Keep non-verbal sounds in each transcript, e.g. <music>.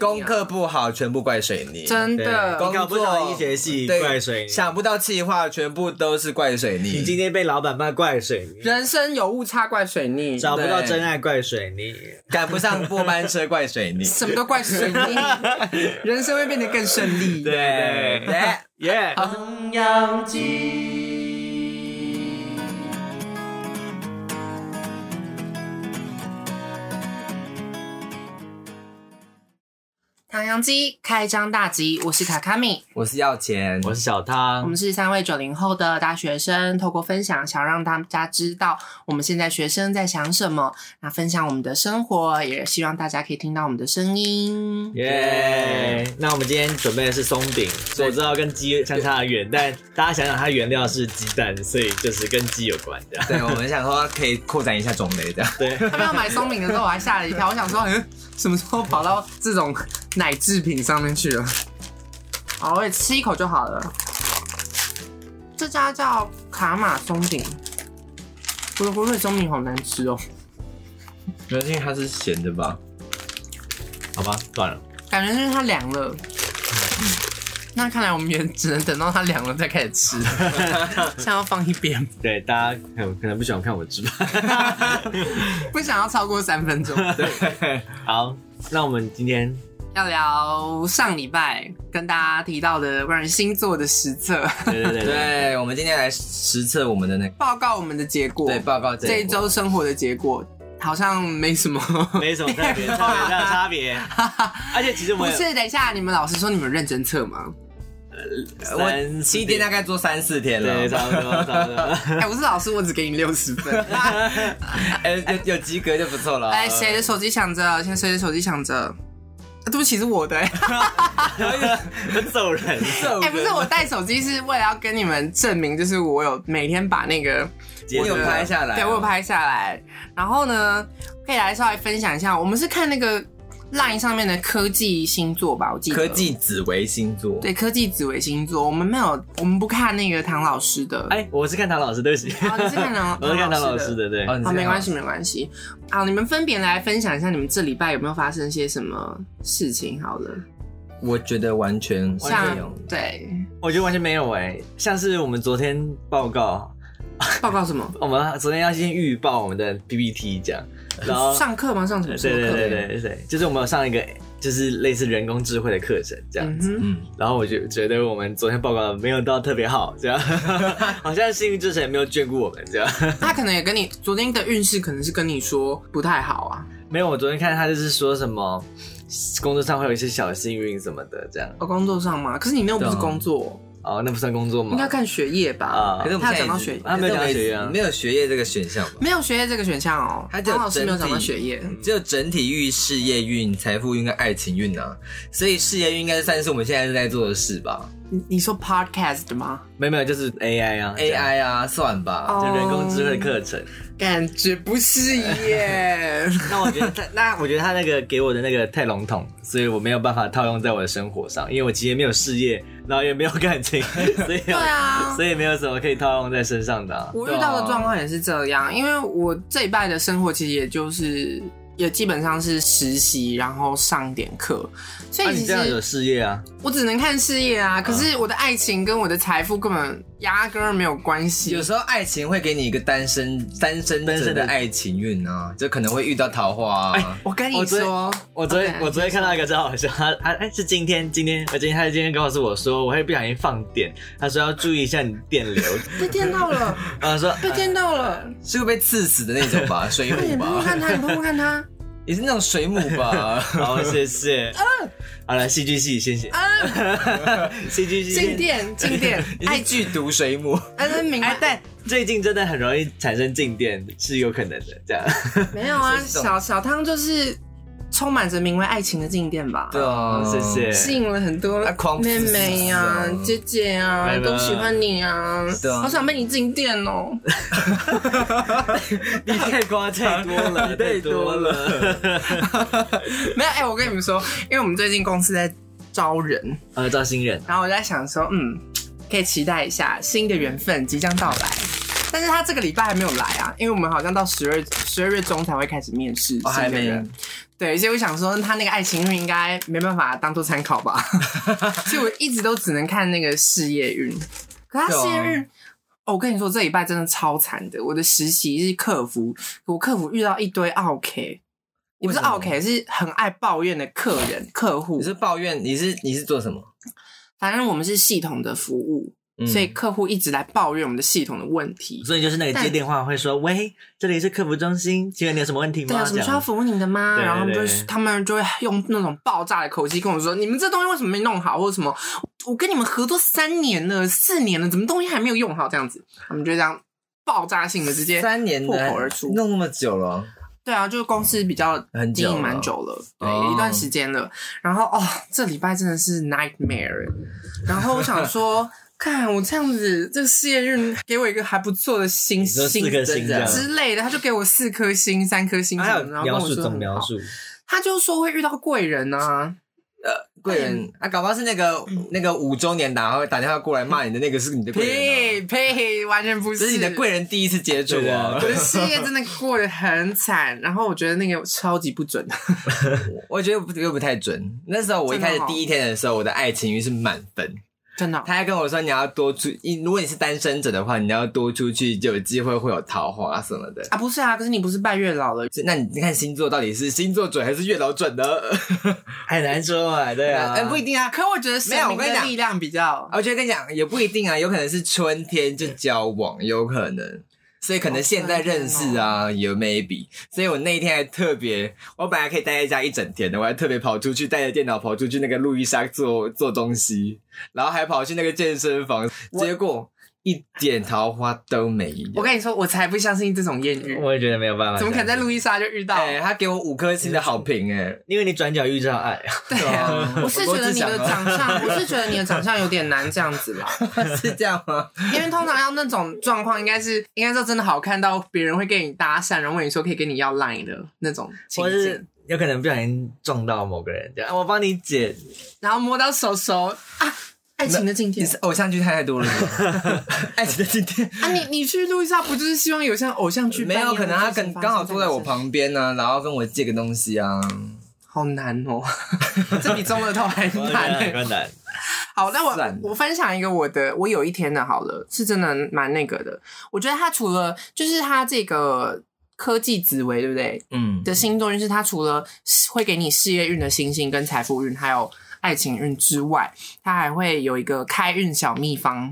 功课不好全部怪水泥，真的。工搞不作懂医学系对怪水泥，想不到气话全部都是怪水你今泥。天被老板骂怪水泥，人生有误差怪水泥，找不到对真爱怪水泥。赶不上末班车，怪水泥。 <laughs> 什么都怪水泥， <laughs> 人生会变得更顺利。对对对，耶耶！昂扬记。唐扬鸡开张大吉，我是卡卡米，我是要钱，我是小我汤们，是三位九零后的大学生，透过分享，想让大家知道我们现在学生在想什么，那分享我们的生活，也希望大家可以听到我们的声音。耶！那我们今天准备的是松饼，所以我知道跟鸡相差很远，但大家想想，它原料是鸡蛋，所以就是跟鸡有关的。对，我们想说可以扩展一下种类的。 <laughs> 对，他们要买松饼的时候，我还吓了一跳，我想说，嗯，什么时候跑到这种奶制品上面去了？好，我也吃一口就好了。这家叫卡玛松饼，我的火腿松饼好难吃哦，没因为它是咸的吧？好吧，算了。感觉是它凉了。那看来我们也只能等到它凉了再开始 <laughs> 吃，现在要放一边，对，大家可能可能不喜欢看我吃饭。不想要超过三分钟。 <laughs> 好，那我们今天要聊上礼拜跟大家提到的关于星座的实测，对对对对，对，我们今天来实测我们的那个报告我们的结果。对报告这这一周生活的结果好像没什 <laughs> 么。没什么特别特别大的差别，而且其实我不们是，等一下，你们老师说你们认真测 <laughs> 吗？我七天大概做三四天了，对，差不多差不多。哎、我是老师，我只给你六十分。 <laughs> 啊哎、有有及格就不错了。<laughs> 哎、谁的手机响着？现在谁的手机响着？啊对不起，是 <laughs> 我的、哎哎 <laughs> 很走人，哎、不是我带手机是为了要跟你们证明，就是我有每天把那个结我有束了拍下来哦对我有拍下来。然后呢，可以来稍微分享一下，我们是看那个 LINE 上面的科技星座吧，我记得科技紫微星座，对科技紫微星座，我们没有，我们不看那个唐老师的。哎，我是看唐老师，对不起，哦你是看唐 <laughs> 我是看唐老唐老师师的，对。哦，你好，这没样关系，没关系。好，你们分别来分享一下你们这礼拜有没有发生些什么事情？好了，我觉得完全没有像。对我觉得完全没有哎、像是我们昨天报告，报告什么？我们昨天要先预报我们的 PPT 这样，然后上课吗？上什么课？对对对对对，就是我们有上一个就是类似人工智慧的课程这样嗯子，哼，嗯，然后我就觉得我们昨天报告的没有到特别好，<laughs> 这样好像幸运之神也没有眷顾我们这样。他可能也跟你昨天的运势，可能是跟你说不太好啊。没有，我昨天看他就是说什么工作上会有一些小幸运什么的这样，哦，工作上吗？可是你那又不是对啊工作，哦，那不算工作吗应？该看学业吧啊？可是我们他有现在讲已到经学业，啊没有讲到学业啊没有学业这个选项吧？没有学业这个选项哦。他只有唐老师没有讲到整体学业，嗯只有整体运、事业运、财富运跟爱情运啊，所以事业运应该算是我们现在正在做的事吧你你说 podcast 吗？没有没有，就是 AI 啊这样？AI 啊，算吧。哦就人工智慧的课程。感觉不是 <laughs> 耶。那我觉得他，啊那我觉得他那个给我的那个太笼统，所以我没有办法套用在我的生活上，因为我其实没有事业，然后也没有 <laughs> 感情，所以对啊所以没有什么可以套用在身上的啊、我遇到的状况也是这样，因为我这一拜的生活其实也就是也基本上是实习，然后上点课，所那、以你其这样有嗯实事业啊？我只能看事业啊。可是我的爱情跟我的财富根本压根儿没有关系有。时候爱情会给你一个单身单身单者身的的哎爱情运啊，就可能会遇到桃花啊。我跟你我昨天说，我昨天 OK 我昨天看到一个超好笑，他他哎是今天今天我今天他今天告诉我说我会不小心放电，他说要注意一下你电 <laughs> 流，被电到 <laughs> 了，然后我说被电到了。是会被刺死的那种 <laughs> 吧，水快母点碰碰 <laughs> 吧，看他，你碰碰看他。也是那种水母吧。 <laughs> 啊好 <laughs> 谢谢，啊好了戏剧系谢谢， <laughs> 戏剧系静电，静电，爱爱呃剧毒水 <laughs> 母，爱恩明白。哎但最近真的很容易产生静电，是有可能的。 <laughs> 这样，没有啊，这种小小汤就是充满着名为爱情的静电吧？对啊，哦谢谢。吸引了很多啊狂妹妹呀、死死啊姐姐啊，妹妹都喜欢你啊，对啊好想被你进店 <laughs> 哦。你太夸张，太多啊 <laughs> 了， <laughs> 太多 <laughs> 了。没有，哎、我跟你们说，因为我们最近公司在招人，呃，招新人，然后我在想说，嗯，可以期待一下新的缘分即将到来。但是他这个礼拜还没有来啊，因为我们好像到十二十二月中才会开始面试哦还新的没人。对，所以我想说，他那个爱情运应该没办法当做参 <laughs> 考吧，所以我一直都只能看那个事业运。可他对啊事业运，哦，我跟你说，这礼拜真的超惨的。我的实习是客服，我客服遇到一堆 OK，也不是为什么 OK，是很爱抱怨的客人客户你。是抱怨，你是你是做什么？反正我们是系统的服务，嗯所以客户一直来抱怨我们的系统的问题。所以就是那个接电话会说：“喂，这里是客服中心，请问你有什么问题对吗啊，？”什么这需要样服务你的吗？对然后他们就对会他们就会用那种爆炸的口气跟我说：“你们这东西为什么没弄好，或者什么？我跟你们合作三年了、四年了，怎么东西还没有用好？这样子，他们就这样爆炸性的直接三年破的口而出。弄那么久了，对啊，就是公司比较很久经营了蛮久了，对，哦一段时间了。然后哦，这礼拜真的是 nightmare。然后我想 <laughs> 说，看我这样子，这个事业运给我一个还不错的星你说四星颗星这样之类的，他就给我四颗星、三颗星还什有么的，然后啊跟描我述说总很描好。述，他就说会遇到贵人啊，贵哎人啊，搞不好是那个嗯那个五周年打打电话过来骂你的那个是你的贵人啊，呸呸，完全不这是是你的贵人第一次接触对哦啊。我的事业真的过得很惨，然后我觉得那个超级不准， <laughs> 我觉得不又不太准。那时候我一开始真的哦第一天的时候，我的爱情运是满分。真的哦。他还跟我说，你要多出，一如果你是单身者的话，你要多出去，就有机会会有桃花什么的。啊，不是啊，可是你不是拜月老了，这那你看星座到底是星座准还是月老准呢？很难说啊，对啊，呃哎，不一定啊。可我觉得神没有我明跟你的讲力量比较啊，我觉得跟你讲也不一定啊，有可能是春天就交往，有可能，所以可能现在认识哦啊，有 maybe。所以我那一天还特别，我本来可以待在家一整天的，我还特别跑出去，带着电脑跑出去那个路易莎做做东西，然后还跑去那个健身房，结果一点桃花都没有。我跟你说，我才不相信这种艳遇，我也觉得没有办法。怎么可能在路易莎就遇到？哎、他给我五颗星的好评、哎，因为你转角遇到爱，对啊，我是觉得你的我只想长相，我是觉得你的长相有点难这样子啦，是这样吗？因为通常要那种状况，应该是应该是真的好看到别人会跟你搭讪，然后问你说可以跟你要 line 的那种情或景是，有可能不小心撞到某个人，这样啊我帮你解。然后摸到手手啊，爱情的境界你是 <laughs> 偶像剧看太多了是 <laughs> 吗，爱情的今天。啊，你你去路易莎不就是希望有像偶像剧没般一样有，可的事情能发他生可能刚好坐在我你身上，旁边呢、然后跟我借个东西啊。好难 <laughs> 哦，这比中乐透还 <laughs> 我觉得难欸很困难，好，那啊算我我分享一个我的，我有一天的好了，是真的蛮那个的。我觉得他除了就是他这个科技紫薇，对不对？嗯，的星座运是他除了会给你事业运的星星跟财富运，还有爱情运之外，他还会有一个开运小秘方。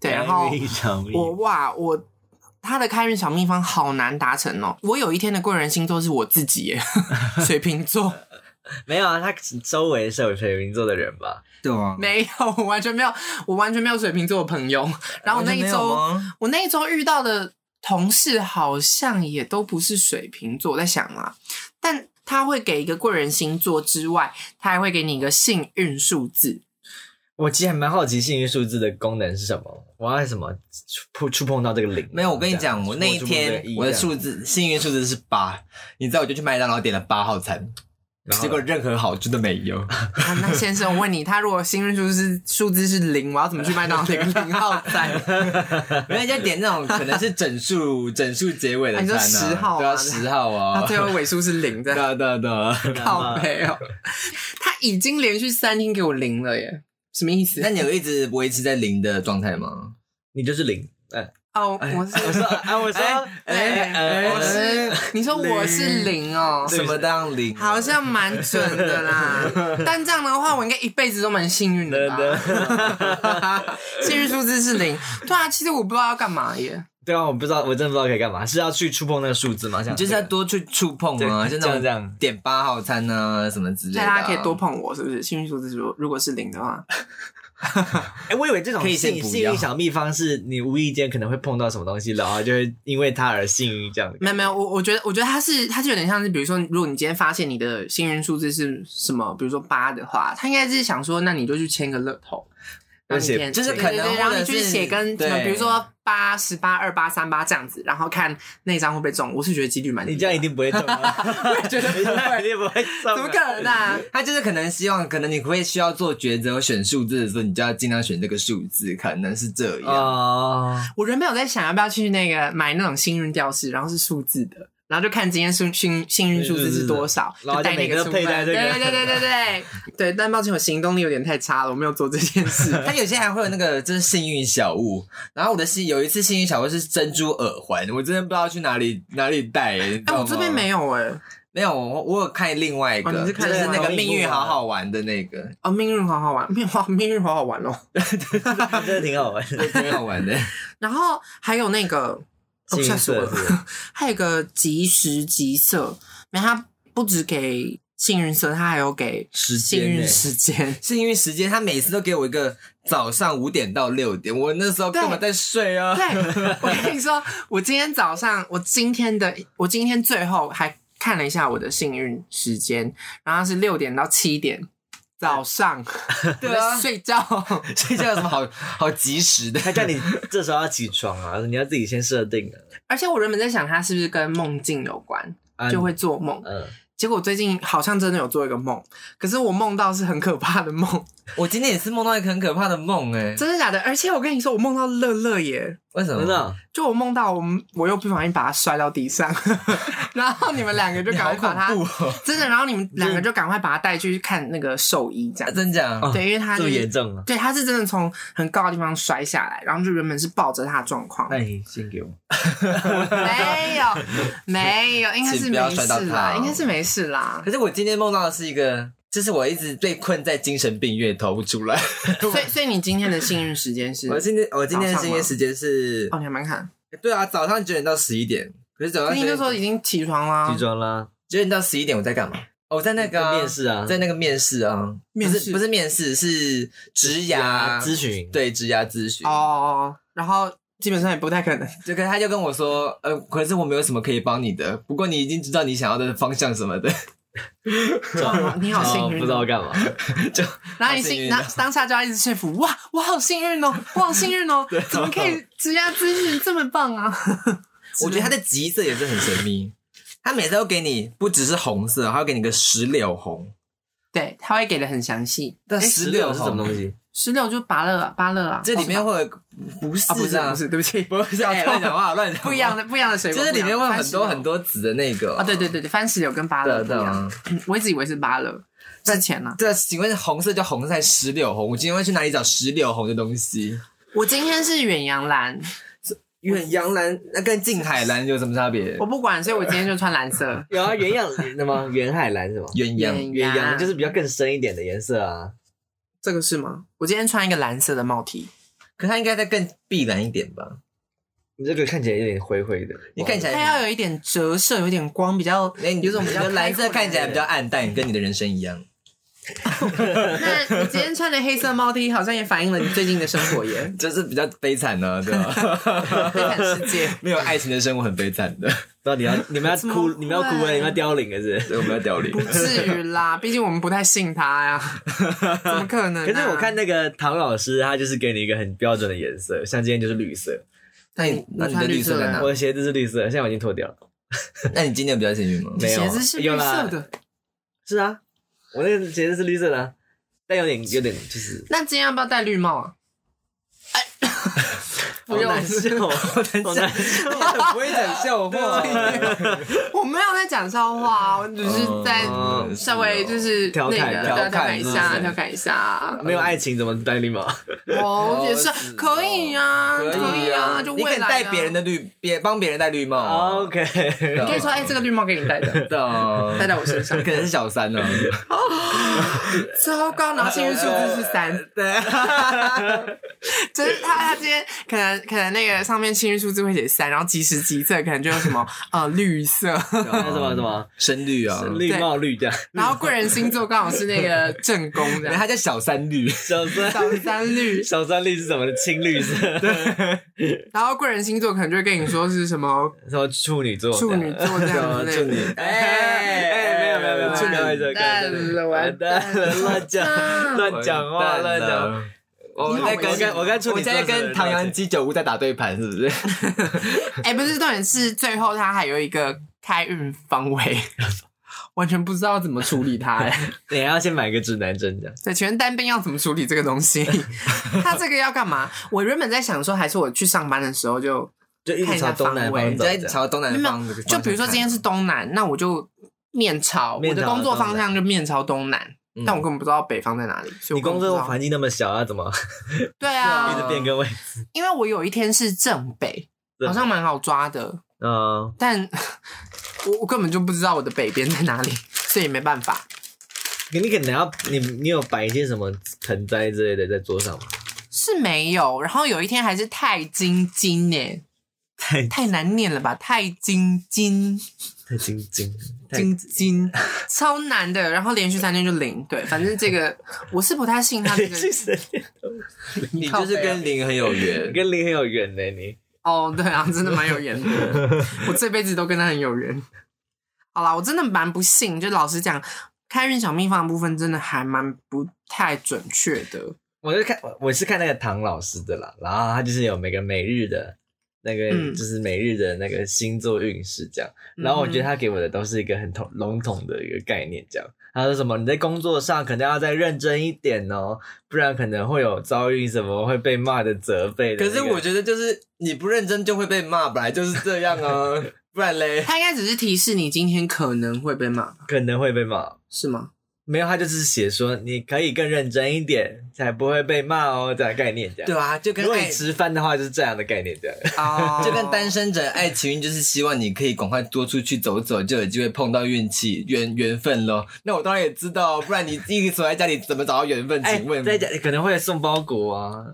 对，然 <laughs> 后非常厉害我哇，我他的开运小秘方好难达成哦。我有一天的贵人星座是我自己耶， <laughs> 水瓶 <laughs> 座。没有啊，他周围是有水瓶座的人吧？对啊。没有，我完全没有，我完全没有水瓶座的朋友。然后我那一完全没有周，吗我那一周遇到的同事好像也都不是水瓶座，我在想啦，但他会给一个贵人星座之外，他还会给你一个幸运数字。我其实还蛮好奇幸运数字的功能是什么，我要什么触碰触碰到这个零？没有，我跟你这样讲，我那一天我的，触数碰字幸运数字是八，你知道我就去麦当劳点了八号餐，然后结果任何好处都没 <laughs> 有。啊、那先生，我问你，他如果幸运数字数字是零，我要怎么去麦当劳 <laughs> 点个零号餐？ <laughs> 人家就点那种可能是整数整数结尾的你餐说啊， 10号对啊，吗十号他啊，最后尾数是零 <laughs> 对的，啊对啊对啊。 <laughs> 这样靠背哦。他已经连续三天给我零了耶，什么意思？那你有一直维持在零的状态吗？你就是零。 <laughs> 哎，哦，我是 <laughs> 我说，哎，我说，哎哎我是你说我是零哦，什么当零？啊好像蛮准的 <laughs> 啦。但这样的话，我应该一辈子都蛮幸运的对吧？<laughs> 对幸运数字是零，对啊，其实我不知道要干嘛耶。对啊，我不知道，我真的不知道可以干嘛，是要去触碰那个数字吗？这你样就是要多去触碰对啊，就那这种样这样点八号餐啊什么之类的所以啊、大家可以多碰我，是不是？幸运数字如果如果是零的话，哎、我以为这种可以先幸不幸要运小秘方是你无意间可能会碰到什么东西，然后就会因为它而幸运这样的。没有没有，我我觉得我觉得它是它是有点像是，比如说，如果你今天发现你的幸运数字是什么，比如说八的话，他应该是想说，那你就去签个乐透。让而你且填，就是对可对能对然后或你者去是写跟什么，对比如说八十八、二八、三八这样子，然后看那张会不会中。我是觉得几率蛮低的。你这样一定不会中 <laughs> 啊，我觉得 <laughs> 不会，一定不会中啊。怎么可能啊？他就是可能希望，可能你会需要做抉择选数字的时候，你就要尽量选这个数字，可能是这样。哦，我原本有在想要不要去那个买那种幸运吊饰，然后是数字的，然后就看今天幸幸幸运数字是多少，然后就带那个每个出门。佩戴这对个对对对对对对，但抱歉，我行动力有点太差了，我没有做这件事。他有些还会有那个，就是幸运小物。然后我的幸有一次幸运小物是珍珠耳环，我真的不知道去哪里哪里戴、欸。你知哎、道吗我这边没有哎、没有，我我有看另外一个，哦你是看就另是外一那个啊个命运好好玩的那个，哦，命运好好玩，命哇，命运好好玩哦。真的挺好玩的。挺好玩的。 <laughs> 然后还有那个，哦，吓死我幸运了！ <laughs> 还有一个即时即色，没它不只给幸运色，它还有给时间幸运欸时间。幸运时间，他每次都给我一个早上五点到六点，我那时候根本在睡啊。对，我跟你说，我今天早上，我今天的，我今天最后还看了一下我的幸运时间，然后是六点到七点早 <laughs> 上，我对啊在睡觉。 <laughs> 睡觉有什么好好及时的？ <laughs> 他叫你这时候要起床啊，你要自己先设定啊的。而且我原本在想，它是不是跟梦境有关，啊就会做梦。嗯，结果我最近好像真的有做一个梦，可是我梦到是很可怕的 <laughs> 梦，我今天也是梦到一个很可怕的梦哎、真的假的？而且我跟你说，我梦到乐乐耶，为什真么？的就我梦到我们，我又不小心把他摔到 <laughs> 地上，然后你们两个就你赶好快把他，恐怖哦！真的，然后你们两个就赶快把他带去看那个兽 <laughs> 医，这样子。啊真假？哦对，因为他这就么是严重啊？对，他是真的从很高的地方摔下来，然后就原本是抱着他的 <laughs> 状况，那你先给我。没有，没有，应该是请不要没摔到事他啦，哦应该是没事啦。可是我今天梦到的是一个，就是我一直被困在精神病院逃不出来。所以，所以你今天的幸运时间是我今天我今天的早上营吗业时间是，哦，你还蛮看，对啊，早上九点到十一点。可是早可上是九你那时候点已经起床啦，起床啦，九点到十一点我在干嘛？哦我在那个啊跟面，试啊啊，在那个面试啊，面不是试不是面试，是职涯咨询。，对职涯咨询。哦哦，哦然后基本上也不太可 <laughs> 能。就跟他就跟我说，呃，可是我没有什么可以帮你的，不过你已经知道你想要的方向什么的。哇你好幸运哦，不知道干嘛。然后你好幸幸，运然后当下就要一直说服，哇，我好幸运哦，我好幸运哦，怎么可以职业咨询这么棒啊？我觉得他的橘色也是很神秘，他每次都给你不只是红色，还要给你个石榴红。对，他会给的很详细。但诶石哎榴榴是什么东西？西？十六就芭乐啊，芭乐啊，这里面哦会有不是啊，不是啊不是，对不起，不是搞哎错乱讲话乱讲话 <laughs> 不一样的不一样的水果，就是里面会有很多番石榴很多籽的那个啊，对对对对，番石榴跟芭乐对不对一样，啊。嗯 <clears throat> 我一直以为是芭乐，之前呢，对啊，请问红色叫红色还是石榴红？我今天会去哪里找石榴红的东西？我今天是远洋蓝，远洋蓝那跟近海蓝有什么差别我？不管，所以我今天就穿蓝色 <laughs> 。有啊，原样的吗？原海蓝是吗？鸳鸯鸳原样鸯就是比较更深一点的颜色啊。这个是吗？我今天穿一个蓝色的帽 T，可它应该再更碧蓝一点吧？你这个看起来有点灰灰的，你看起它来，要有一点折射，有点光，比较哎，你有种比较你的蓝色开阔的看起来比较暗淡，跟你的人生一样。那你今天穿的黑色帽 T 好像也反映了你最近的生活 <laughs> 耶，就是比较悲惨 <laughs> 呢、对吧？悲惨世界。没有爱情的生活很悲惨的，到底要你们要么哭，你们要哭了，会啊你们要凋零了是不是？所以我们要凋零不。 <laughs> 至于啦，毕竟我们不太信他呀，怎么可能、啊？可是我看，那个唐老师，他就是给你一个很标准的颜色，像今天就是绿色，那你那你的穿绿绿色色在的哪啊我？的鞋子是绿色，现在我已经脱掉了。 <laughs> 那你今天比较幸运吗？没有啊鞋子是绿有啦色的。是啊，我那个鞋子是绿色的啊，但有点有点就是那今天要不要戴绿帽啊？ <laughs> 哎，不用好，难受， <laughs> 好难受。不会讲笑话，啊我没有在讲笑话啊，我只是在嗯稍微就是调侃那个调对啊侃调侃一是不下，啊是调侃一下。没有爱情怎么戴 <laughs> 绿帽？哦，也是是哦可以啊，可以啊，哦就你可未以来啊戴别人的绿，别帮别人戴绿帽啊。 OK，哦你可以说，哎，这个绿帽给你戴的，的， <laughs> 戴在我身 <laughs> 上。啊可能是小三呢。啊糟糕，然后幸运数字是三，对， <laughs> 啊就是他他今天可能可能那个上面幸运数字会写三，然后即时即色可能就有什 <laughs> 么呃绿色，那什么什么深绿啊，绿帽绿这样，然后贵人星座刚好是那个正宫这 <laughs> 没有样，它叫小三绿。小三小三 <laughs> 绿，小三绿是什么？青绿色，然后贵人星座可能就会跟你说是什么什么处女座？处女啊座这样之处类 <laughs> 女的。，哎，没有没有没有，处女座，完蛋了 <laughs> 完蛋了，乱讲乱讲话，乱讲。我你好在危险跟我刚处理我在这个跟唐扬鸡酒屋在打对盘，是不是？ <laughs> 哎、不是重点是最后他还有一个开运方 <laughs> 位，完全不知道怎么处理它、哎，你还要先买个指南针这样。对，全单兵要怎么处理这个东 <laughs> 西？他这个要干嘛？我原本在想说，还是我去上班的时候就就一直朝东南看方一你走，在这样朝东南没有方这个方就向比如说今天是东南，那我就面朝面我的朝工作东南方向就面朝东南，嗯但我根本不知道北方在哪里。所以我你根工本不知作道环境那么小，要怎么对啊一直啊，变更位？因为我有一天是正北，好像蛮好抓的，嗯，但 <laughs> 我我根本就不知道我的北边在哪里，所以没办法。你可能要你你有摆一些什么盆栽之类的在桌上吗？是没有。然后有一天还是太晶晶耶，太太难念了吧？太晶晶太精精，太晶晶，超难的。然后连续三天就零，对，反正这个我是不太信他这个。是谁？你靠就北是啊跟零很有缘，跟林很有缘呢，你哦，对啊，真的蛮有缘的。我这辈子都跟他很有缘。好啦，我真的蛮不信，就老实讲，开运小秘方的部分真的还蛮不太准确的。我就看我我是看那个唐老师的啦，然后他就是有每个每日的。那个嗯就是每日的那个星座运势这样，嗯然后我觉得他给我的都是一个很统笼统的一个概念这样。他说什么你在工作上可能要再认真一点哦，不然可能会有遭遇什么会被骂的责备的可那个。是我觉得就是你不认真就会被骂，本来就是这样 <laughs> 啊，不然嘞，他应该只是提示你今天可能会被骂吧，可能会被骂。<laughs> 是吗？没有，他就是写说你可以更认真一点，才不会被骂哦，这样的概念这样。对啊，就跟如果爱你吃饭的话，就是这样的概念这样。哦就跟单身者爱情运，就是希望你可以赶快多出去走走，就有机会碰到运气缘缘分咯。那我当然也知道，不然你一直锁在家里，怎么找到缘分？哎请问，在家可能会送包裹啊，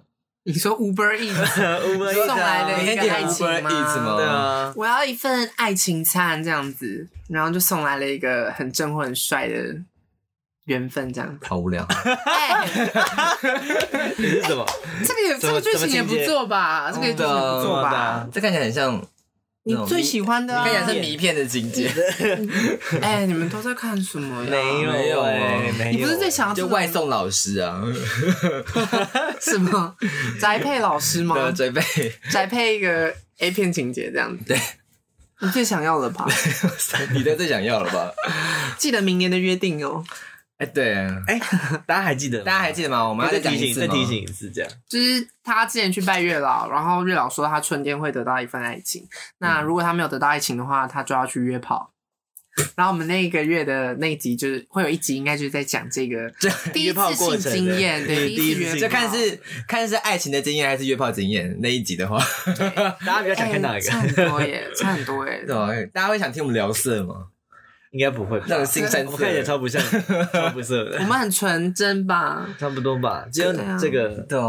你说 Uber Eats， <laughs> Uber 送来了每天一点个爱情 Uber 吗 Eats 吗？对，啊，我要一份爱情餐这样子，然后就送来了一个很正或很帅的缘分这样子。好无聊。哎，你是什么？这个也怎这么个剧情也不错吧？这怎么情节个剧情也不错吧？这看起来很像，你最喜欢的啊看起来是迷片的情节，哎，你们都在看什么呀？ <laughs> 没有没有欸哦没有。你不是最想要这就种外送老师啊，什么宅配老师吗？的准备。宅配一个 A 片情节这样子。对，你最想要了吧？ <laughs> 你的最想要了吧？记得明年的约定哦，哎，对，哎，大家还记得吗？大家还记得吗？我们我要再讲提一醒，次再吗提醒一次这样。就是他之前去拜月老，然后月老说他春天会得到一份爱情。那如果他没有得到爱情的话，他就要去约炮。然后我们那一个月的那一集就是会有一集，应该就是在讲这个第一约炮次过性程经验，对，对第一次第一次约炮，就啊看是看是爱情的经验还是约炮经验那一集 <laughs> 的话，大家比较想看哪哎一差很个？多耶，差很多耶对。啊吧？大家会想听我们聊色吗？应该不会吧？那种新三我色们看起来超不像，超不色我的，们很纯真吧？差不多吧？只有对啊这个对啊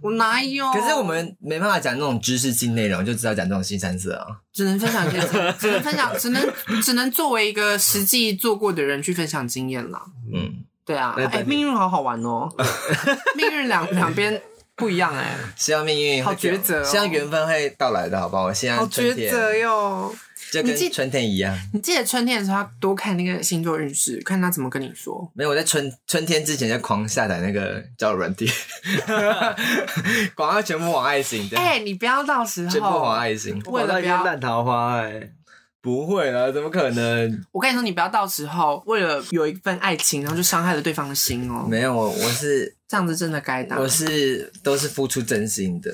我哪有？可是我们没办法讲那种知识性内容，就只好讲这种新三色啊。只能分享经验，只能分享，只能只能作为一个实际做过的人去分享经验啦。嗯，对啊，那哎、等你命运好好玩 <laughs> 哦，命运两两边不一样哎、希望命运会好抉择哦希望缘分会到来的，好不好？现在好春抉天择哟。就你记跟春天一样，你记得春天的时候，要多看那个星座运势，看他怎么跟你说。没有我在春春天之前就狂下载那个交友软体， <laughs> 广告全部往爱心啊的，哎、你不要到时全部往候，爱心，为了我到一不些要烂桃花哎，不会啦，怎么可能？我跟你说，你不要到时候为了有一份爱情，然后就伤害了对方的心哦，没有，我我是这样子真的该打。我是都是付出真心的，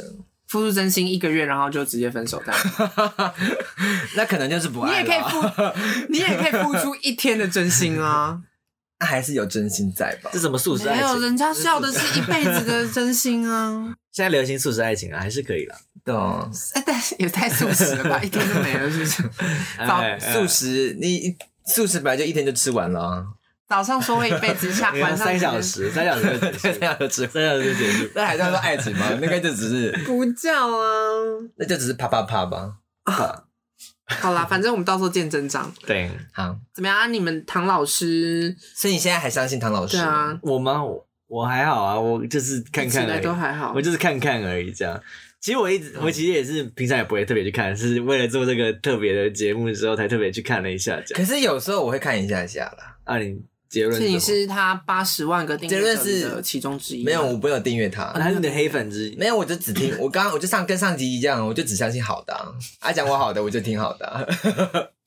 付出真心一个月，然后就直接分手这样。 <laughs> 那可能就是不你爱也了可以啊。付，你也可以付出一天的真心啊。 <laughs> 那还是有真心在吧这？什么素食爱没有，情？人家笑的是一辈子的真心啊！现在流行素食爱情啊，还是可以啦。对啊，哎，但是也太素食了吧，一天就没了，是不是？早哎哎素食你素食本来就一天就吃完了啊。早上说会一辈子，下 <laughs> 你看晚上哎三就是小时，三小时就结束，那样的吃，三小 <laughs> 时就结束。 <laughs> 那还叫做爱情吗？那个就只 <laughs> 是，不叫啊。那就只是啪啪啪吧。好 <laughs> 啦，反正我们到时候见真章。对，好，怎么样？啊你们唐老师，所以你现在还相信唐老师？对啊，我吗？我我还好啊，我就是看看一直而来已，都还好我。就是看看而已这样。其实我一直，我其实也是平常也不会特别去看，是为了做这个特别的节目的时候才特别去看了一下这样。可是有时候我会看一下下啦。啊，你结论这是什你么是他八十万个订阅结者论是的其中之一吗，啊没有，我没有订阅他。还是你的黑粉之一？没有，我就只 <laughs> 听我刚刚我就上跟上集一样，我就只相信好的啊，啊讲我好的我就听好的啊、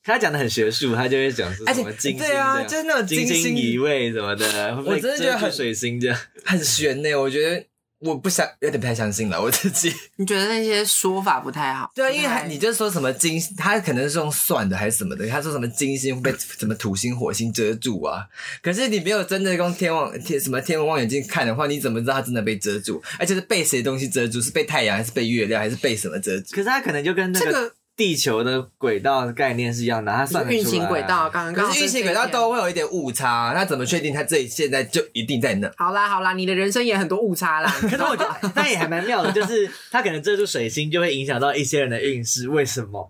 他讲的很学术，他就会讲出而什且么金星这对啊，样就是那种金金星星移位什么的，我真的觉得很水星这样。很悬呢、我觉得我不想有点不太相信了我自己。你觉得那些说法不太好？对啊，因为不他太你就说什么金，他可能是用算的还是什么的，他说什么金星被什么土星、火星遮住啊。可是你没有真的用天望天什么天文望远镜看的话，你怎么知道它真的被遮住？而且是被谁东西遮住？是被太阳还是被月亮还是被什么遮住？ <laughs> 可是他可能就跟那这个个地球的轨道概念是一样的，他算得出来运啊行轨道，。刚刚可刚好是运行轨道这一天都会有一点误差，那怎么确定它这里现在就一定在那？好啦好啦，你的人生也很多误差 <laughs> 啦。可是我觉得那也还蛮妙的，就是他可能遮住水星就会影响到一些人的运势，为什么？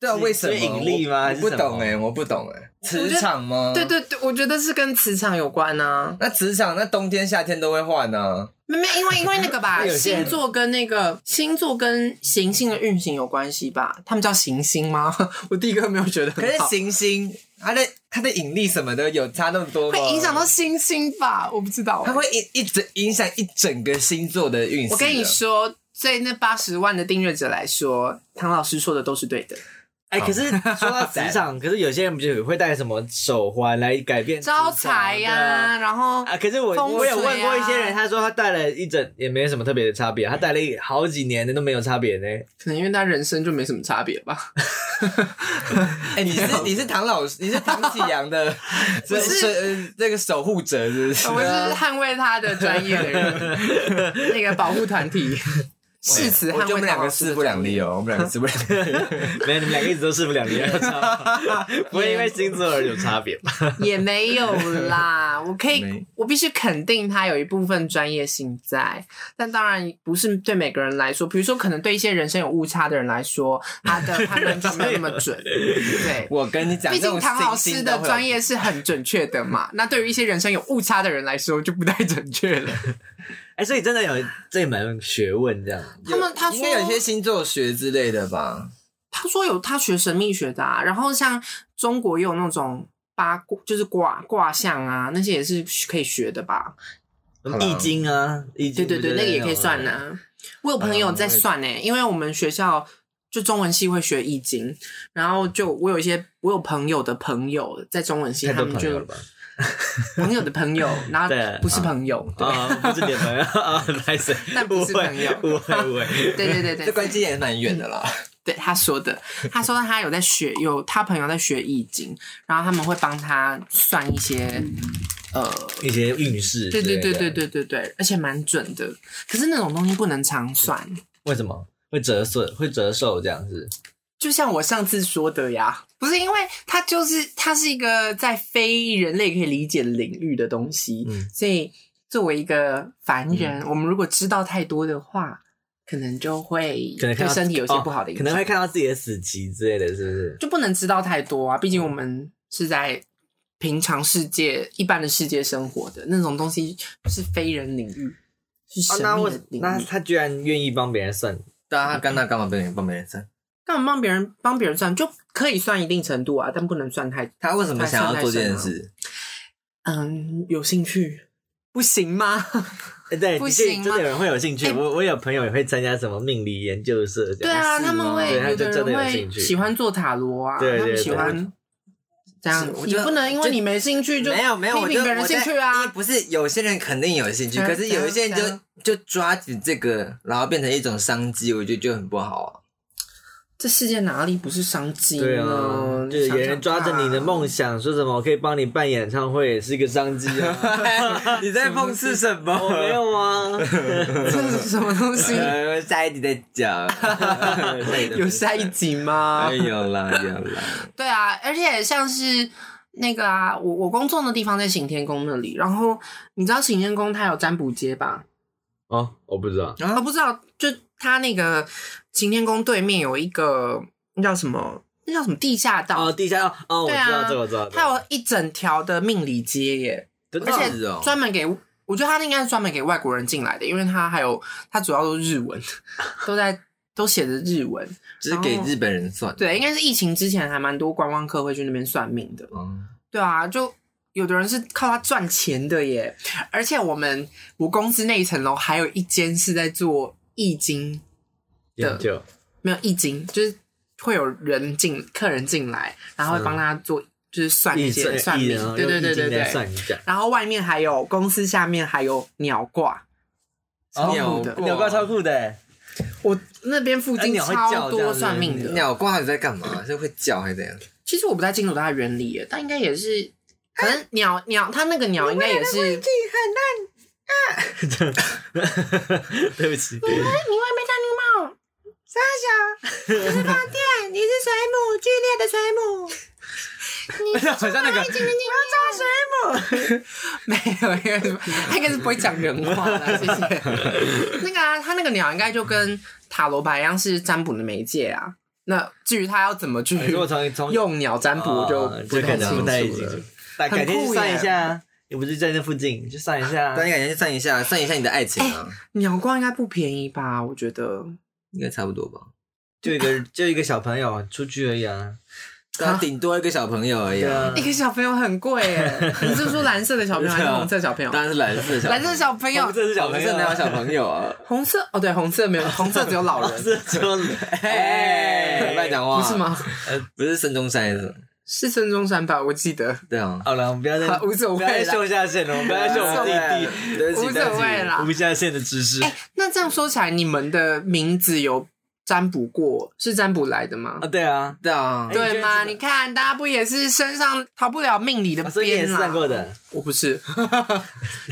对啊，是为什么？是引力吗我还我是不什么懂哎、我不懂哎、觉磁得场吗？ <laughs> 对。对对，我觉得是跟磁场有关啊。那磁场，那冬天、夏天都会换啊呢、没没，因为因为那个 <laughs> 吧，有些人星座跟那个星座跟行星的运行有关系吧？他们叫行星吗？ <laughs> 我第一个没有觉得可很是好，行星，它的它的引力什么的有差那么多吗？会影响到星星吧？我不知道欸、它会影一整影响一整个星座的运势。我跟你，说，对那八十万的订阅者来说，唐老师说的都是对的。哎、可是说到磁 <laughs> 场，可是有些人不就会戴什么手环来改变磁场招财呀、对啊然后啊，可是我、风水啊我有问过一些人，他说他戴了一整也没什么特别的差别，他戴了一好几年的都没有差别呢。 <laughs> 可能因为他人生就没什么差别吧。哎、你是你是唐 <laughs> 老师，你是唐启阳的这是这呃这个守护者，是不 <laughs> 是？啊哎我是捍卫他的专业的人， <laughs> 那个保护团体，誓词我捍觉得卫。我们两个势不两立。哦，我们两个势不两 <laughs> 立。没有，你们两个一直都势不两立，没有差别 <laughs> 不会因为星座而有差别吧？也没有啦，我可以没，我必须肯定他有一部分专业性在，但当然不是对每个人来说，比如说可能对一些人生有误差的人来说，他 <laughs> 的判断就没有那么准，对。我跟你讲，毕这竟种唐老行师星的都会有专业是很准确的嘛，那对于一些人生有误差的人来说就不太准确了。哎、所以真的有这门学问这样。他们他应说该 <laughs> 有一些星座学之类的吧？他说有他学神秘学的、啊，然后像中国也有那种八卦，就是卦卦象啊，那些也是可以学的吧？好啦易经啊，易经对对对，不那就个是也可以种算呢、啊吗。我有嗯朋友在算呢、因为我们学校就中文系会学易经，然后就我有一些我有朋友的朋友在中文系，太他多们朋友就了吧？朋友的朋友，然后 <laughs> 对不是朋友，对啊，不是你的朋友啊，拍谁？ <laughs> 但不误是会朋友误会 <laughs> 误会。 <laughs> 对对对 <laughs> 对，这关系也蛮远的啦。对他说的，他说他有在学，有他朋友在学易经，然后他们会帮他算一些，呃，一些运势之对类对的，对对对对对，而且蛮准的。可是那种东西不能常算，为什么会折损？会折寿这样子？就像我上次说的呀，不是因为它就是它是一个在非人类可以理解的领域的东西，嗯所以作为一个凡人，我们如果知道太多的话，可能就会可能看对到身体有一些哦不好的影可响，能会看到自己的死期之类的，是不是？就不能知道太多啊，毕嗯竟我们是在平常世界、一般的世界生活的那种东西是非人领域，是神啊，那秘我的领那域。他居然愿意帮别人算，对啊，他干那干嘛被人帮别人算？干嘛帮别人帮别人算，就可以算一定程度啊，但不能算太他为什么想要做这件事？嗯有兴趣，不行 <laughs> 吗？哎对，不的确行吗真的有人会有兴趣。哎我我有朋友也会参加什么命理研究社这对样，啊，是吗他们会对他有就的真的人有会兴趣喜欢做塔罗啊，对对他们喜对欢这样是我，你觉得不能因为你没兴趣就没有没有，批我评就别人我兴在趣因为啊。不是有些人肯定有兴趣，嗯可是有一些人怎样就就抓紧这个，然后变成一种商机，我觉得就很不好啊。这世界哪里不是商机对呢啊，？就是有哦想人想抓着你的看啊梦想，说什么我可以帮你办演唱会，也是一个商机啊。 <laughs> <laughs> 你在讽刺什么？我没 <laughs> 有 <laughs> 啊，这是什么东 <laughs> 西？呃，下一集再讲。 <laughs> 有下一集吗哎？有啦有啦，对啊，而且像是那个啊，我我工作的地方在行天宫那里，然后你知道行天宫它有占卜街吧？哦，我不知道，我不知道，就它那个行天宫对面有一个那叫什么？那叫什么地下道？哦，地下哦，哦，我对知啊道这个，我知道，它有一整条的命理街耶，真的而且是哦专门给，我觉得它应该是专门给外国人进来的，因为它还有它主要都是日文， <laughs> 都在都写着日文。只是哦给日本人算。对，应该是疫情之前还蛮多观光客会去那边算命的。嗯，对啊，就有的人是靠它赚钱的耶。而且我们我公司那一层楼还有一间是在做易经，研究没有易经，就是会有人进客人进来，然后会帮他做、就是算一易些经算易命人，哦对对用易对经对来对。算一下。然后外面还有公司下面还有鸟挂，哦超酷的。鸟鸟怪超酷的欸，我那边附哎近鸟会叫超这多样子算命的，鸟挂你在干嘛？是会叫还是 <laughs> 怎样？其实我不太清楚它的原理耶，但应该也是，可能鸟鸟它那个鸟应该也哎是， <laughs> 对 <laughs> 不起，你是水母，剧烈的水母。好像那个 <laughs> 没有，应该是它应该是不会讲人话的，谢谢。那个啊， <laughs> 它那个鸟应该就跟塔罗牌一样是占卜的媒介啊。那至于它要怎么去哎如果从从用鸟占卜，我就哦不就太可能清不楚太了。但改天很去酷算一耶下啊，也不是在那附近，去算一下啊。对，你感觉去算一下，算一下你的爱情啊，鸟光应该不便宜吧？我觉得应该差不多吧？就一个就一个小朋友出去而已 <laughs> 啊。对啊，顶多一个小朋友而已对啊。啊，一个小朋友很贵耶。你是说蓝色的小朋友还是红色小朋友？当然是蓝色小朋友，蓝色哦小朋友红，色是小朋友真啊，的 <laughs> 有小朋友啊？红色哦，对，红色没有，红色只有 <laughs> 老人，是就 <laughs> 哎， <laughs> 乱讲话不是？吗？不是孙中山是吗？是孙中山吧？我记得，对啊，好了，我们不要再好无所不谓要再啦秀下限了，我们不要再秀我们弟弟对不无起，对不所起，谓啦哎无。下限的知识。那这样说起来，你们的名字有占卜过，是占卜来的吗啊，？对啊，对啊，哎对吗？你觉得这个你看，大家不也是身上逃不了命理的啊所以你也边是啦？算过的我不是， <laughs>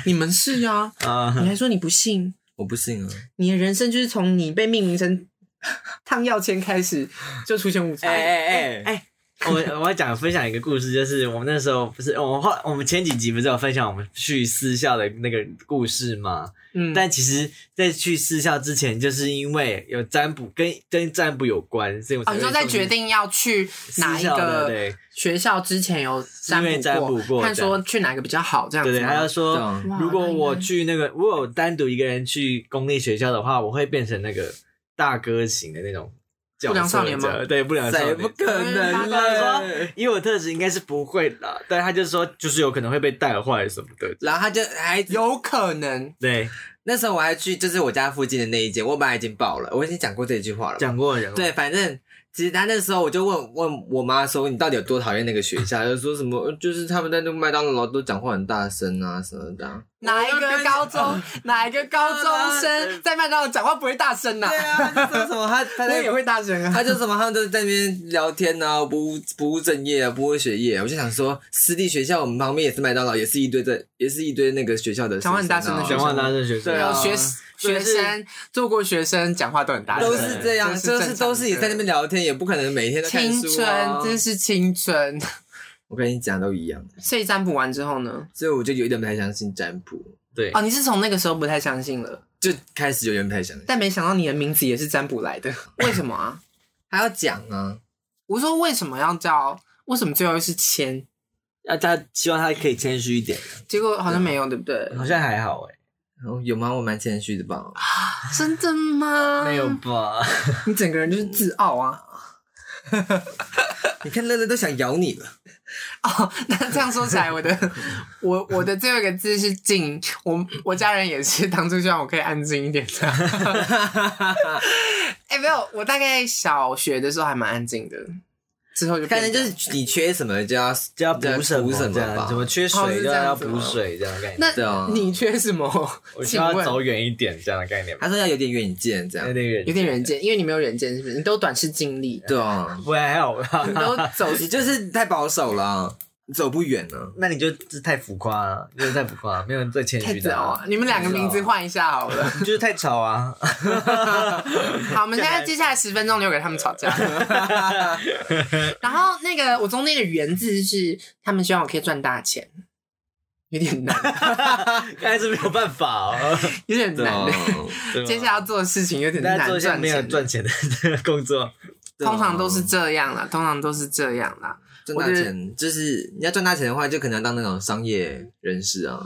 你们是啊？啊。你还说你不信？我不信啊，你的人生就是从你被命名成 <laughs> 烫药签开始就出现误差。哎哎哎，我我要讲分享一个故事，就是我们那时候不是我们后我们前几集不是有分享我们去私校的那个故事吗？嗯，但其实，在去私校之前，就是因为有占卜跟跟占卜有关，所以我才哦，你说会在送决去定要去哪私一校的个对学校之前有占因为占卜过看说去哪个比较好这样对子对，还要吗。对说，啊，哇如果那应我该去那个，如果我单独一个人去公立学校的话，我会变成那个大哥型的那种角不良少色年吗者对，不良少谁年不。可能他嘞？以我特质应该是不会的，但他就说就是有可能会被带坏什么的，然后他就还有可能对，那时候我还去，就是我家附近的那一间，我本来已经报了，我已经讲过这句话了。讲过的人对，反正其实他那时候我就问问我妈说，你到底有多讨厌那个学校？就说什么呃就是他们在那个麦当劳都讲话很大声啊什么的啊。哪一个高中哪一个高中生在麦当劳讲话不会大声呐？啊，他就说什么 <laughs> 他他我也会大声啊。 <laughs> 他就什么，他们都在那边聊天啊，不务不务正业啊，不务学业啊、我就想说，私立学校我们旁边也是麦当劳，也是一堆这，也是一堆那个学校的讲话很大声的学学讲生啊生话大声学生，对啊学学生做过学生讲话都很大声，都是这样，这就是是都是也在那边聊天，也不可能每天都看青书春啊。，真是青春。我跟你讲都一样，所以占卜完之后呢？所以我就有点不太相信占卜，对哦，你是从那个时候不太相信了，就开始有点不太相信。但没想到你的名字也是占卜来的，为什么啊？还要讲啊，我说为什么要叫？为什么最后是签？啊，他希望他可以谦虚一点，结果好像没有，对不对？好像还好哎、哦有吗？我蛮谦虚的吧。真的吗？没有，吧？你整个人就是自傲啊！你看乐乐都想咬你了， <laughs> 哦，那这样说起来，我的我我的最后一个字是静，我我家人也是当初希望我可以安静一点的。 <laughs> 哎、没有，我大概小学的时候还蛮安静的，之后就反变正就是你缺什么就要就要补什什么么这样，吧怎。么缺哦是水就这样要子吗补水这样的概念。对啊那你缺什 <laughs> 么？我需请要问走远一点这样的概念吧，他说要有点远见，这样有点远，有点人见，因为你没有人见，是不是？你都短视近利，对啊。不然还好吧你？都 <laughs> 走你就是太保守了啊，你走不远了。 <laughs> 那你就这太浮夸了，就是太浮夸了，没有人最谦太虚早的啊！你们两个名字换一下好了。你就是太吵 <laughs> 啊！好，我们现在接下来十分钟留给他们吵架。 <laughs> 然后那个我中间的原字是，他们希望我可以赚大钱，有点难，但是没有办法 <laughs> 哦。有点啊难。欸对吧接下来要做的事情有点大家难做一些赚没有钱的，赚哦钱的工作， <laughs> 通常都是这样啦，通常都是这样啦。赚啊大钱，就是你要赚大钱的话，就可能要当那种商业人士啊，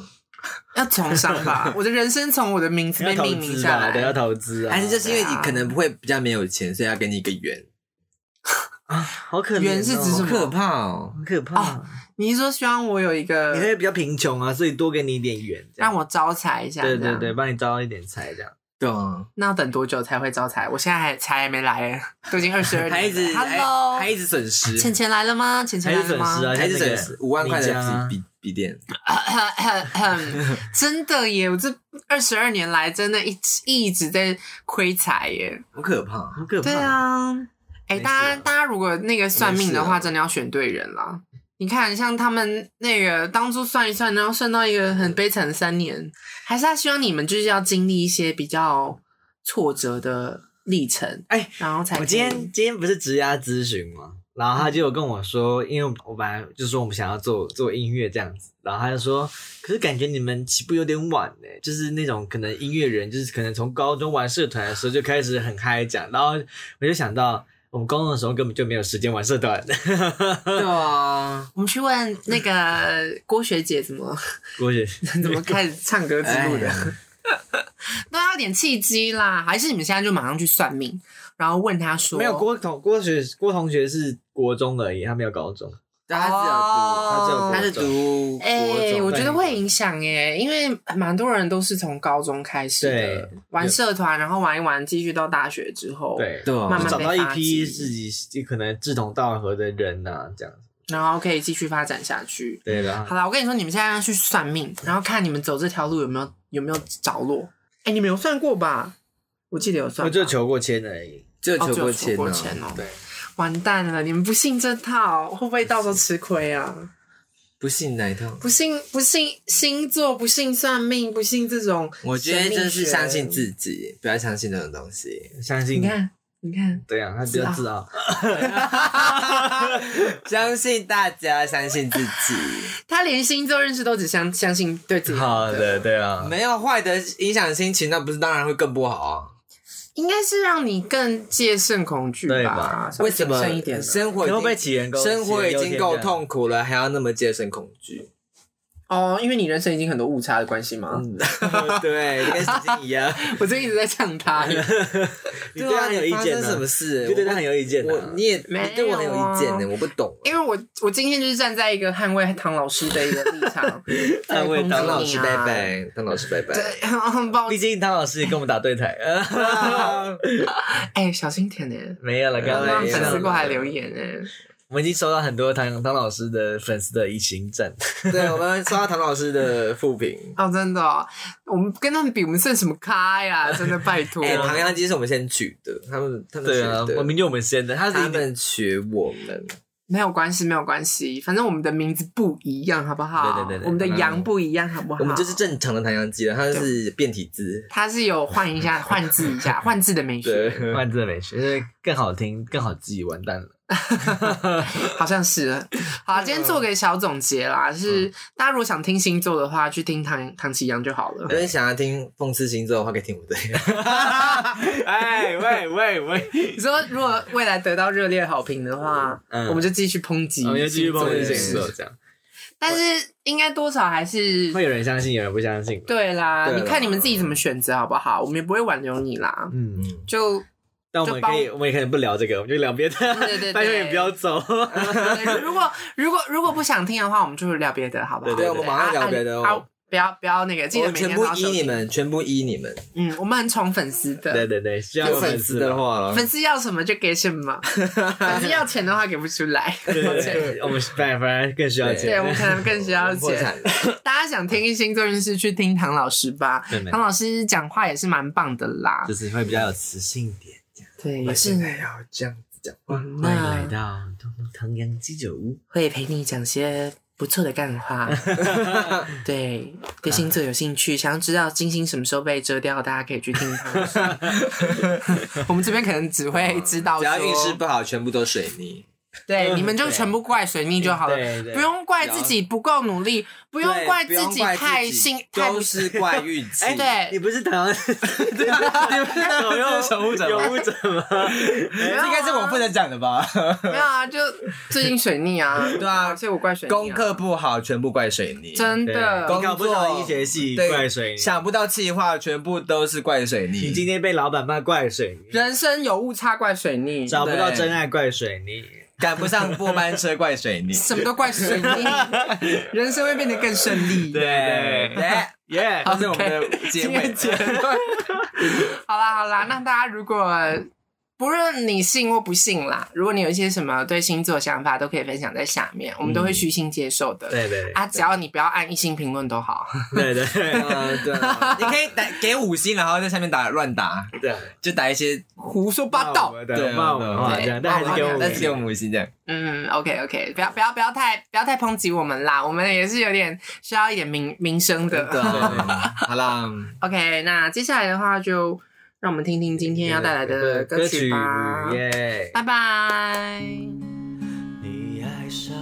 要从商吧，我的人生从我的名字要被投命名资下吧？对，要来。投资啊！还是就是因为对你啊可能不会比较没有钱，所以要给你一个圆，好可怜哦，圆是指什么好可怕哦！很可怕啊哦。你是说希望我有一你个会比较贫穷啊，所以多给你一点缘，这样让我招财一下？对这对样对，，帮你招一点财这样。对啊，那要等多久才会招财？我现在还财还没来，都已经二十二还一年直了。还 Hello，啊还一直损失，钱钱来了吗？钱钱还来是了损吗失？啊，还是像那损个失五万块你家的笔笔笔电， <laughs> 真的耶！我这二十二年来真的一直一直在亏财耶。好可怕。 <laughs> 好可怕。对，啊，哎、没事啊大家大家如果那个算命的没事话，啊真的要选对人啦。你看，像他们那个当初算一算，然后算到一个很悲惨的三年，还是他希望你们就是要经历一些比较挫折的历程，哎然后才我可以今天今天不是职涯咨询吗？然后他就有跟我说，因为我本来就说我们想要做做音乐这样子，然后他就说，可是感觉你们起步有点晚呢、就是那种可能音乐人，就是可能从高中玩社团的时候就开始很嗨讲，然后我就想到我们高中的时候根本就没有时间玩社团，对 <laughs> 啊，我们去问那个郭学姐怎么 <laughs> <laughs> 郭姐怎么开始唱歌之哎路的， <laughs> 都要有点契机啦。还是你们现在就马上去算命，然后问他说没有郭同郭学郭同学是国中而已，他没有高中，但他只有读，哦他只有他是读哎、国中我觉得会影响耶，因为蛮多人都是从高中开始的对玩社团，然后玩一玩，继续到大学之后，，对对啊慢慢哦找被到一发批迹自己可能志同道合的人呐、这样子，然后可以继续发展下去。对啦好。啦，我跟你说，你们现在要去算命，然后看你们走这条路有没有有没有着落。哎、你们有算过吧？我记得有算我吧，就求过签而已，只有哦求只过啊有求签过呢，签哦、对，完蛋了，你们不信这套，会不会到时候吃亏啊？不信哪一套？不信不信星座，不信算命，不信这种，我觉得就是相信。自己，不要相信那种东西。 <laughs> 相信你看，你看，对啊，他比较自傲。相信大家，相信自己，他连星座认识都只相相信对自己。好的，对啊，没有坏的影响心情，那不是当然会更不好啊？应该是让你更戒慎恐惧对吧吧？稍微为什么谨慎一点呢生活可已能会被经起人工，生活已杞人经忧够天这样。痛苦了，还要那么戒慎恐 <laughs> 惧？哦，因为你人生已经很多误差的关系嘛。嗯对，跟神经一样。 <laughs> 我最近一直在呛 <laughs> 他，啊 <laughs> 你对他很有意见啊发呢生什么？事？你对他很有意见呢？我你也没有啊你对我很有意见呢，我不懂。啊因为我我今天就是站在一个捍卫唐老师的一个立 <laughs> 场，在捍卫抨击唐唐老你师啊拜。拜，唐老师拜拜。对，很抱毕歉。竟唐老师也跟我们打对台，哎，小心点呢。没有了，刚让刚没有粉丝了过来留言欸呢。我们已经收到很多唐唐老师的粉丝的移情赞， <laughs> 对，我们收到唐老师的复评。哦，真的哦，我们跟他们比，我们算什么咖呀？真的拜 <laughs> 托。哎、唐扬鸡是我们先取的，他们他们啊对取啊，的，我明就我们先的，他他是一定们取我们，没有关系，没有关系，反正我们的名字不一样，好不好？对对对对我们的羊不一样，好不好？我们就是正常的唐扬鸡了，它是变体字。它是有换一下，换字一下，换字的美对学，，万字美学，因为更好听，更好记，完蛋了。好像是。好，今天做个小总结啦，嗯是大家如果想听星座的话，去听唐唐奇阳就好了 <laughs> 如。果你想要听讽刺星座的话，可以听我的。哎喂喂喂，你说如果未来得到热烈好评的话，嗯我们就继续抨击星座，我们就继续帮你讽刺星座这样，但是应该多少还是会有人相信，有人不相信。对啦，对啦你看你们自己怎么选择好不好？我们也不会挽留你啦。嗯。就但我们可以，我们也可以不聊这个，我们就聊别的。对对拜托你不要走。对如果如果如果不想听的话，我们就聊别的，好不好？对对对我们马上聊别的哦啊啊不要不要那个，记我得们每全天部 E 都要依收你听。们，全部依你们。嗯，我们很宠粉丝的，对对对，需要有粉丝的话，话了，粉丝要什么就给 <laughs> 什么，粉丝要钱的话给不出来。对对对，我们反而反而更需要 <laughs> 对，钱我。们可能更需要破钱。产。大家想听星座运势，去听唐老师吧对。没唐老师讲话也是蛮棒的啦就，是会比较有磁性一点。对，我也是现在要这样子讲 <laughs> 话，欢迎来到东东唐阳鸡酒屋，会陪你讲些不错的 <laughs> 干话。对，对星座有兴趣，想要知道金星什么时候被遮掉，大家可以去听他。 <laughs> 我们这边可能只会哎知道只要嗯运势说，不好，全部都水泥。对，你们就全部怪水逆就好了。对对不用怪自己不够努力，不用对怪不用自己怪太心太不都是怪运气。 <laughs> 哎，对 <laughs> 你，不是唐 <laughs> 阳， <laughs> 对啊，你不是唐阳守护者吗？守护者吗？没有啊这应该是我不能讲的吧？没有啊，就最近水 <laughs> 逆啊，对啊所以我怪水逆啊。功课不好，全部怪水泥。真对的工你搞不上医学系对怪水泥，想不到气话，全部都是怪水泥。你今天被老板骂怪水泥，人生有误差怪水逆，找不到真爱怪水泥，赶不上末班车怪水泥。什么都怪 <laughs> 水逆，人生会变得更顺利。对对对，哎耶！这是我们的结今尾天。结论。好啦好啦，那大家如果不论你信或不信啦，如果你有一些什么对星座想法，都可以分享在下面，我们都会虚心接受的。对对啊，只要你不要按一星评论都好。对对嗯，对啊，你可以打给五星，然后在下面打乱打，对， <laughs> 就打一些 <laughs> 胡说八道。对骂我们的话这样，但还是给我们，但是给我们五星这样。嗯，OK OK，不要不要不要太不要太抨击我们啦，我们也是有点需要一点名名声的。对啊，对啊好啦， <laughs> OK，那接下来的话就让我们听听今天要带来的歌曲吧。耶！拜拜。你爱上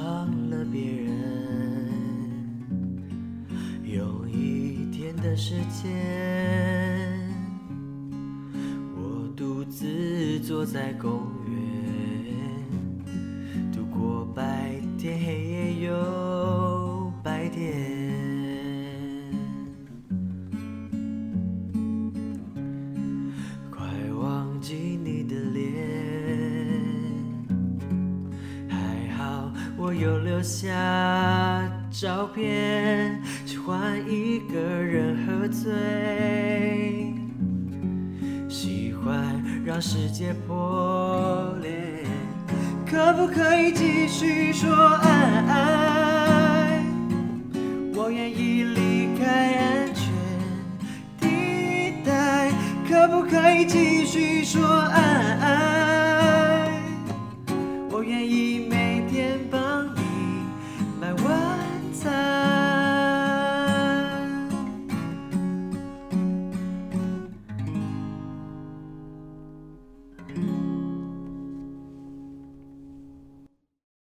了别人，有一天的时间，我独自坐在公园，度过白天，黑夜又白天。快忘记你的脸，还好我有留下照片，喜欢一个人喝醉，喜欢让世界破裂。可不可以继续说爱爱？我愿意离开安全地带，可不可以继续说爱爱？